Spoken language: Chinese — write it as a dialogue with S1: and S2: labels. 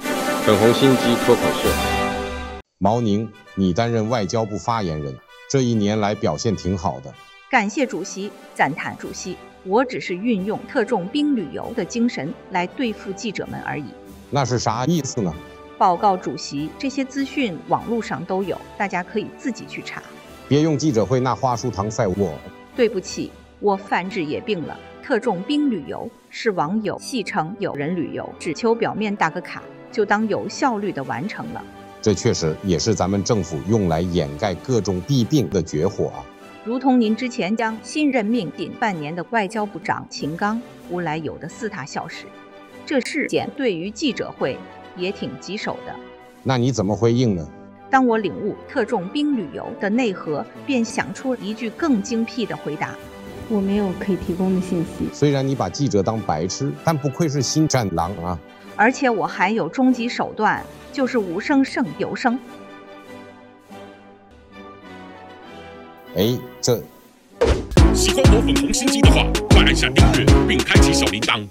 S1: 粉红心机脱口秀。毛宁，你担任外交部发言人，这一年来表现挺好的。
S2: 感谢主席，赞叹主席。我只是运用特种兵旅游的精神来对付记者们而已。
S1: 那是啥意思呢？
S2: 报告主席，这些资讯网络上都有，大家可以自己去查。
S1: 别用记者会那话术搪塞我。
S2: 对不起，我范志也病了。特种兵旅游是网友戏称有人旅游，只求表面打个卡，就当有效率的完成了。
S1: 这确实也是咱们政府用来掩盖各种弊病的绝活啊。
S2: 如同您之前将新任命仅半年的外交部长秦刚无来由的四他消失，这事件对于记者会也挺棘手的。
S1: 那你怎么回应呢？
S2: 当我领悟特种兵旅游的内核，便想出一句更精辟的回答。
S3: 我没有可以提供的信息。
S1: 虽然你把记者当白痴，但不愧是新战狼啊！
S2: 而且我还有终极手段，就是无声胜有声。
S1: 哎，这。
S4: 喜欢我粉红心机的话，快按下订阅并开启小铃铛。